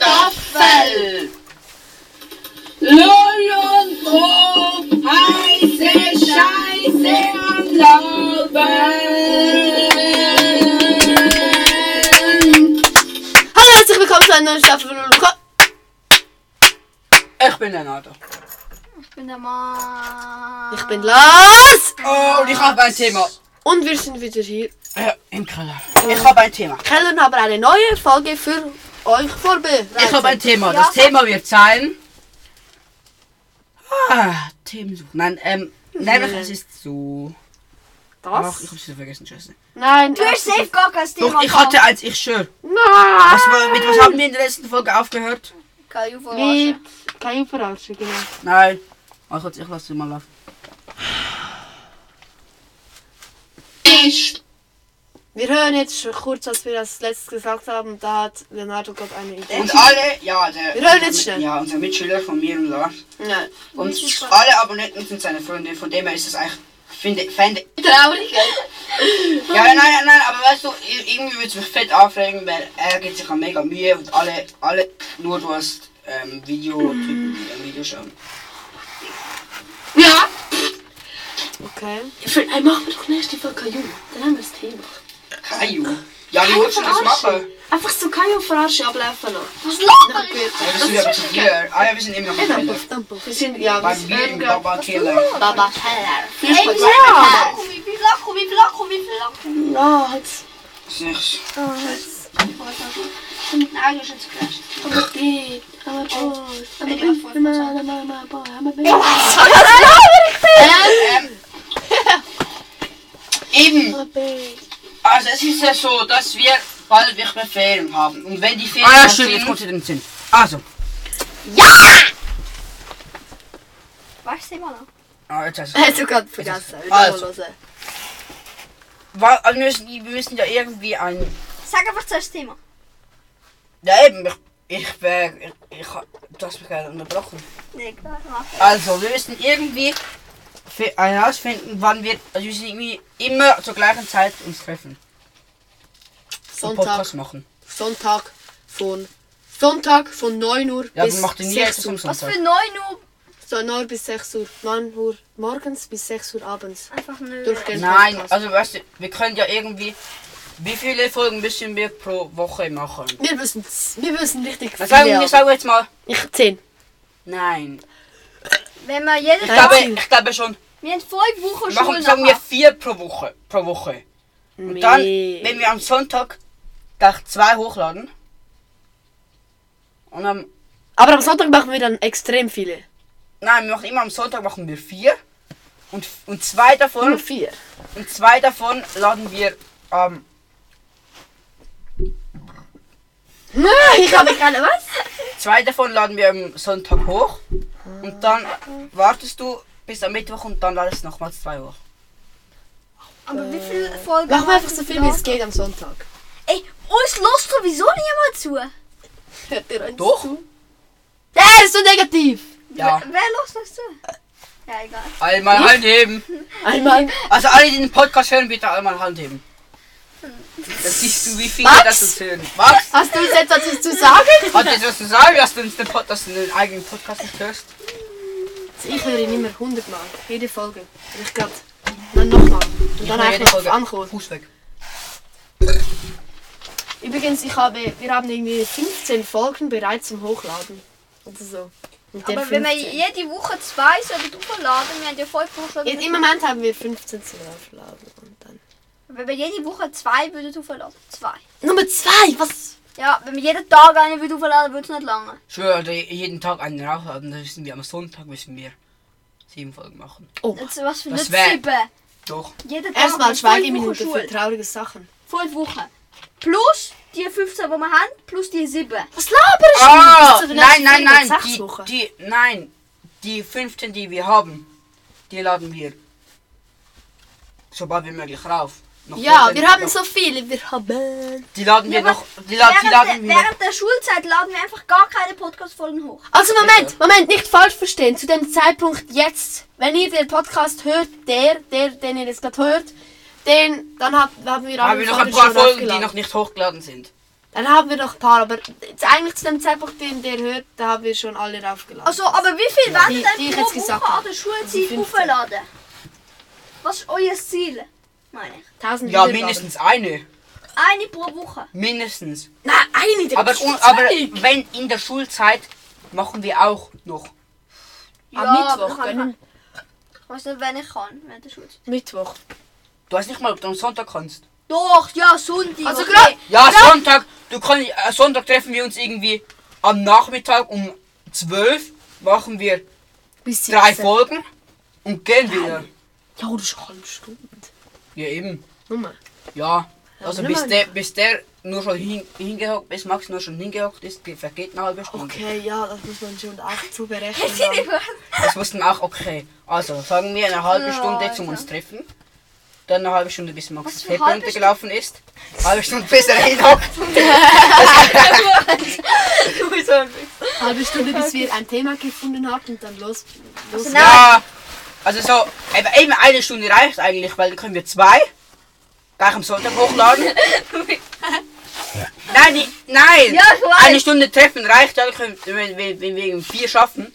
Stoffel. Lull und Co. heiße Scheiße am Laufen. Hallo, herzlich willkommen zu einer neuen Staffel von Lulu. Ich bin der Nader. Ich bin der Mann. Ich bin Lars. Oh, und ich habe ein Thema. Und wir sind wieder hier. Ja, im Keller. Ich habe ein Thema. Keller haben eine neue Folge für euch vorbereitet. Ich habe ein Thema. Ja. Das Thema wird sein. Ah, Themensuche. Nein, ähm, nämlich es ist so. Ach, ich das. habe es wieder vergessen, Scheiße. Nein. äh, Du hast safe gar kein Thema. Doch, ich hatte eins, ich schwör. Nein. Was, war- mit was haben wir in der letzten Folge aufgehört? Keine Überraschung. Mit keine Verarschung, genau. Nein. Oh, ich, ich lasse sie mal laufen. Wir hören jetzt schon kurz, was wir als letztes gesagt haben. Da hat Leonardo gerade eine Idee. Und alle, ja, der, Wir hören jetzt schnell. ja, unser Mitschüler von mir und Lars. Nein. Und Mitschüler. alle Abonnenten sind seine Freunde, von dem her ist es eigentlich, finde, fände, Traurig. ja, nein, nein, nein, aber weißt du, ir- irgendwie würde es mich fett aufregen, weil er gibt sich ja mega Mühe und alle, alle, nur du hast, ähm, Mhm. Videotypen, die ein Video schauen. Ja, Okay. für einen machen wir doch nächste Folge Kaiju. Dann haben wir das Thema. Kaju. Ja, wie willst du das machen? Einfach so Kaiju verarschen, ablaufen lassen. Was laber ich? Ja, wir sind ja bis hier. Ah ja, wir sind immer noch im Keller. Wir sind, ja, wir Bei äh, mir sind im gerade... Baba Keller. Baba Keller. Ey, wie viel Akku, wie viel Akku, wie viel Akku, wie viel Akku? Ja, jetzt. Ist nicht- Ich bin mit den Augen schon gecrashed. Aber geht. Aber gut. Aber ich hab gut. voll Mama, Mama, Mama, Mama, Mama. Ähm, eben. Also es ist ja so, dass wir bald nicht mehr Ferien haben. Und wenn die Ferien Ah ja, sind, stimmt, jetzt kommt sie in den Sinn. Also, Weißt du immer noch? ah, jetzt heißt es- Hast du gerade vergessen. Wieder Also. mal hören. Wa- also wir, müssen, wir müssen ja irgendwie ein... Sag einfach zuerst das Thema. Ja eben, ich... Ich, wär- ich, ich, du hast mich gerade unterbrochen. Nee, klar, mach. Also, wir müssen irgendwie fe- herausfinden, wann wir... Also wir müssen irgendwie immer zur gleichen Zeit uns treffen. Und Sonntag. Podcast machen. Sonntag von Sonntag von 9 Uhr Ja, bis aber macht ihr nie 6 etwas am Uhr. Was Sonntag. für 9 Uhr? So 9 Uhr bis 6 Uhr. 9 Uhr morgens bis 6 Uhr abends. Einfach nö. Durchgehend Nein, Podcast. also weißt du, wir können ja irgendwie... Wie viele Folgen müssen wir pro Woche machen? wir müssen, wir müssen richtig Was sagen viele wir sagen wir jetzt mal... haben. Ich 10. Nein. Wenn wir jedes Ich glaube, ich glaube schon. Wir haben 5 Wochen Schule Machen, sagen wir nachher. vier pro Woche. Pro Woche. Und dann, wenn wir am Sonntag gleich zwei hochladen. Und am, Aber am Sonntag machen wir dann extrem viele. nein, wir machen immer am Sonntag machen wir vier. Und, und zwei Nur davon, vier. und zwei davon laden wir am, Nein, ich habe keine was. Eh, zwei davon laden wir am Sonntag hoch. Und dann wartest du bis am Mittwoch und dann ladest du nochmals zwei hoch. Aber wie viele Folgen? Machen wir haben einfach so wir viel wie es noch? geht am Sonntag. Ey, uns lässt sowieso niemand zu. Hört ihr uns? Doch? Der ist so negativ. Ja. Wer lässt uns zu? Ja, egal. Einmal Hand heben. Einmal. Also alle, die den Podcast hören, bitte einmal Hand heben. Das siehst du, wie viele Was? das uns hören. Was? Hast du jetzt etwas zu sagen? Hat jetzt was zu sagen, dass du, uns den Pod, dass du den eigenen Podcast nicht hörst? Ich höre ihn immer 100 Mal. Jede Folge. Und ich gerade. Dann nochmal. Und dann höre einfach auf Ankommen. Fuß weg. Übrigens, ich habe, wir haben irgendwie 15 Folgen bereit zum Hochladen. Oder so. Mit den Aber wenn wir 15. jede Woche zwei sollen hochladen, wir haben ja 5 Wochen. Jetzt, Im Moment haben wir 15 zum Aufladen. Und dann. Wenn wir jede Woche zwei würden hochladen, zwei. Nummer 2, was? Ja, wenn wir jeden Tag einen würden hochladen, würde es nicht lange. Schwör, also jeden Tag einen raufladen, dann wissen wir, am Sonntag müssen wir sieben Folgen machen. Oh, Jetzt, was für Das nicht wär- sieben. Doch. Jeden Tag. erstmal Schweigeminute Minuten für traurige Sachen. Fünf Wochen. Plus die 15, die wir haben, plus die 7. Was laberst Ah, Bis zur nein, nein, nächsten Folge nein, sechs die, Wochen. die, nein, die 15, die wir haben, die laden wir sobald wie möglich rauf. Noch Ja, vor dem- wir haben noch- so viele. Wir haben. Die laden wir Ja, aber noch, die, la die laden während, wir der, während der Schulzeit laden wir einfach gar keine Podcast-Folgen hoch. Also Moment, Moment, nicht falsch verstehen. Zu dem Zeitpunkt jetzt, wenn ihr den Podcast hört, der, der, den ihr jetzt gerade hört, den, dann hab, haben wir alle Haben wir noch ein Folgen paar schon Folgen, die aufgeladen. noch nicht hochgeladen sind. Dann haben wir noch ein paar, aber jetzt eigentlich zu dem Zeitpunkt, den der hört, da haben wir schon alle raufgeladen. Also, aber wie viel Ja. wollt ihr Die- die denn ich pro jetzt gesagt Woche an habe. der Also Schulzeit 15. aufladen? Was ist euer Ziel? Meine ich. 1000 Ja, Wiedergaben. mindestens eine. Eine pro Woche. Mindestens. Nein, eine, der Aber, ist un- aber zwei. wenn in der Schulzeit machen wir auch noch. Am aber Mittwoch ich kann- gönnen. Ich weiß nicht, halt- wenn ich kann, während der Schulzeit. Mittwoch. Du weißt nicht mal, ob du am Sonntag kannst. Doch, ja, Sonntag. Also okay. gerade- Ja, Sonntag. Du kannst, äh, Sonntag treffen wir uns irgendwie am Nachmittag um 12. Machen wir Bis drei 17. Folgen und gehen wieder. Ja, das ist eine halbe Stunde. Ja, eben. Nur mal. Ja. Also Ja, bis nein. der, bis der nur schon hin, hingehockt, bis Max nur schon hingehockt ist, ge- vergeht eine halbe Stunde. Okay, ja, das muss man schon auch zu Sind berechnen. die gut? Das wussten auch, okay. Also, sagen wir eine halbe Ja, Stunde zum ja. uns treffen. Dann eine halbe Stunde, bis Max für Fett halbe runtergelaufen ist. Halbe Stunde, bis er hinhockt. halbe Stunde, bis wir ein Thema gefunden haben und dann los. los. Also nein, Ja. Also so, eben, eben eine Stunde reicht eigentlich, weil dann können wir zwei gleich am Sonntag hochladen. nein, die- nein. Ja, ich weiß. eine Stunde treffen reicht, dann können wir, wenn, wenn, wenn wir vier schaffen.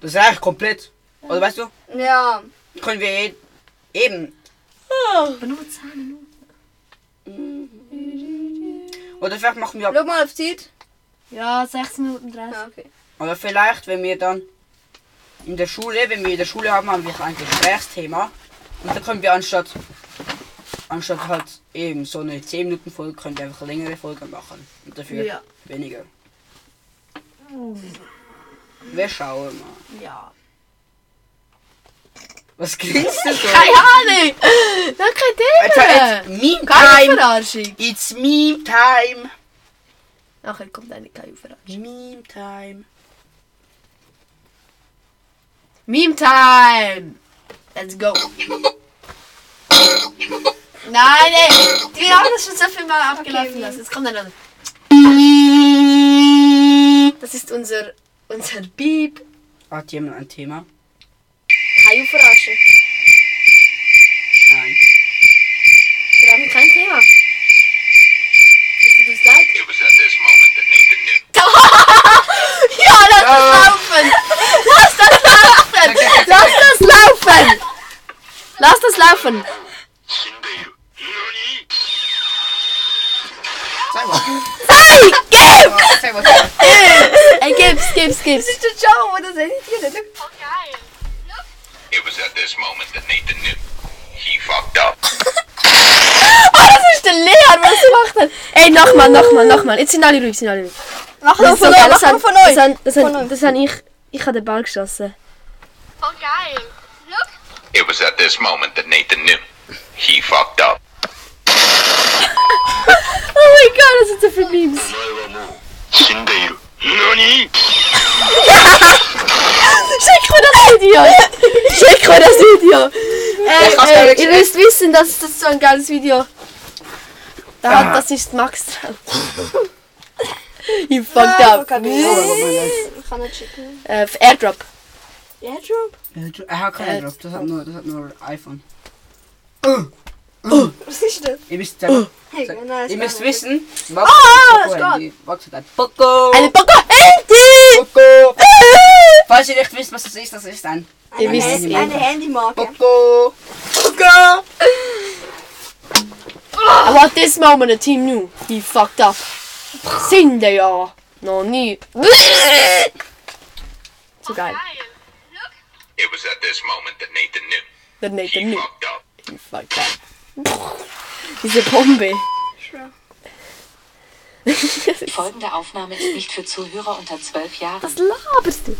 Das reicht komplett. Oder weißt du, Ja. können wir je- eben. Aber nur 10 Minuten. Oder vielleicht machen wir, Schau mal auf die Zeit. Ja, 6 Minuten 30. Ja, okay. oder vielleicht, wenn wir dann in der Schule, wenn wir in der Schule haben, haben wir ein Gesprächsthema. Und dann können wir anstatt, anstatt halt eben so eine 10 Minuten Folge, können wir einfach längere Folgen machen. Und dafür Ja. weniger. Oh. Wir schauen mal. Ja. Was grinst du so? Keine Ahnung! Da It's, kein it's Thema! meme Äh, Keine time. Verarschung! It's meme time. Nachher kommt eine keine Verarschung. Meme time. Meme Time! Let's go! Nein, ey! Wir haben das schon so viel mal abgelaufen Okay, lassen. Jetzt kommt ein anderer. Das ist unser, unser Beep. Hat jemand Ah, ein Thema? Keine Verarschung. Nein. Wir haben kein Thema. Ist dir das leid? It was at this moment that Nathan knew. Ja, lass das Ah. laufen! Lass das laufen! Lass das laufen! Lass das laufen! Shindeyu. Nani? Zeig mal. Hey, gib! Zeig mal. Zeig mal. Ey, gib's, gib's, gib's. Das ist der Joe, wo das editiert. Schau. It was at this moment that Nathan knew. He fucked up. Oh, das ist der Leon, was macht er? Ey, nochmal, nochmal, nochmal. Jetzt sind alle ruhig, sind alle ruhig. Mach noch so von euch, geil. mach noch hat- von das euch. hat- das Von hat- euch. das hat ich, ich habe den Ball geschossen. It was at this moment that Nathan knew. He fucked up. Oh mein Gott, das sind so viele Memes. Shindeyu. Nani? Schick mir das Video! Schick mir das Video! kann's Ey, gar ey, nicht ihr sehen. müsst wissen, dass das ist so ein geiles Video. Da hat das ist Max drauf. You fucked up. Ich kann nicht schicken. Äh, Airdrop. Airdrop? Er hat keinen Äh, Drop, das hat nur, das hat nur iPhone. Was ist das? Ihr müsst, selber- Hey, Sag- Oh, nein, ihr müsst nein. wissen, Max hat ein Poco-Handy. Max hat ein Poco. Eine Bocke Handy! Poco. Falls ihr nicht wisst, was das ist, das ist ein Ihr Eine, wisst es Handy, nicht. eine Handymarke. Poco. Poco. Aber at this moment a team knew. He fucked up. Sind der ja. Noch nie. So geil. It was at this moment that Nathan knew. Der Nathan He knew. fucked up. He fucked up. Diese Bombe. Folgende Aufnahme ist nicht für Zuhörer unter 12 Jahren. Was laberst du?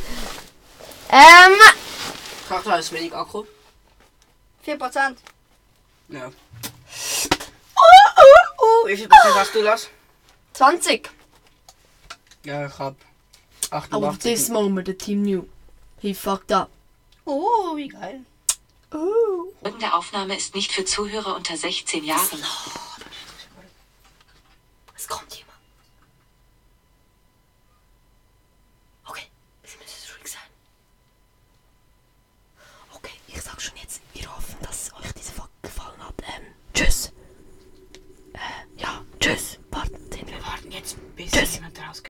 Ähm, Kacke, da ist wenig Akku. 4%. Ja. Oh, wie viel Prozent hast du das? 20. Ja, ich hab Aber at 88. this moment the team knew. He fucked up. Oh, wie geil. Folgende Aufnahme ist nicht für Zuhörer unter 16 Jahren. Es kommt jemand. Okay, Sie müssen ruhig sein. Okay, ich sag schon jetzt, wir hoffen, dass euch diese Folge gefallen hat. Ähm, tschüss. Äh, ja, tschüss. Warten, wir warten jetzt. jemand rausgekommen.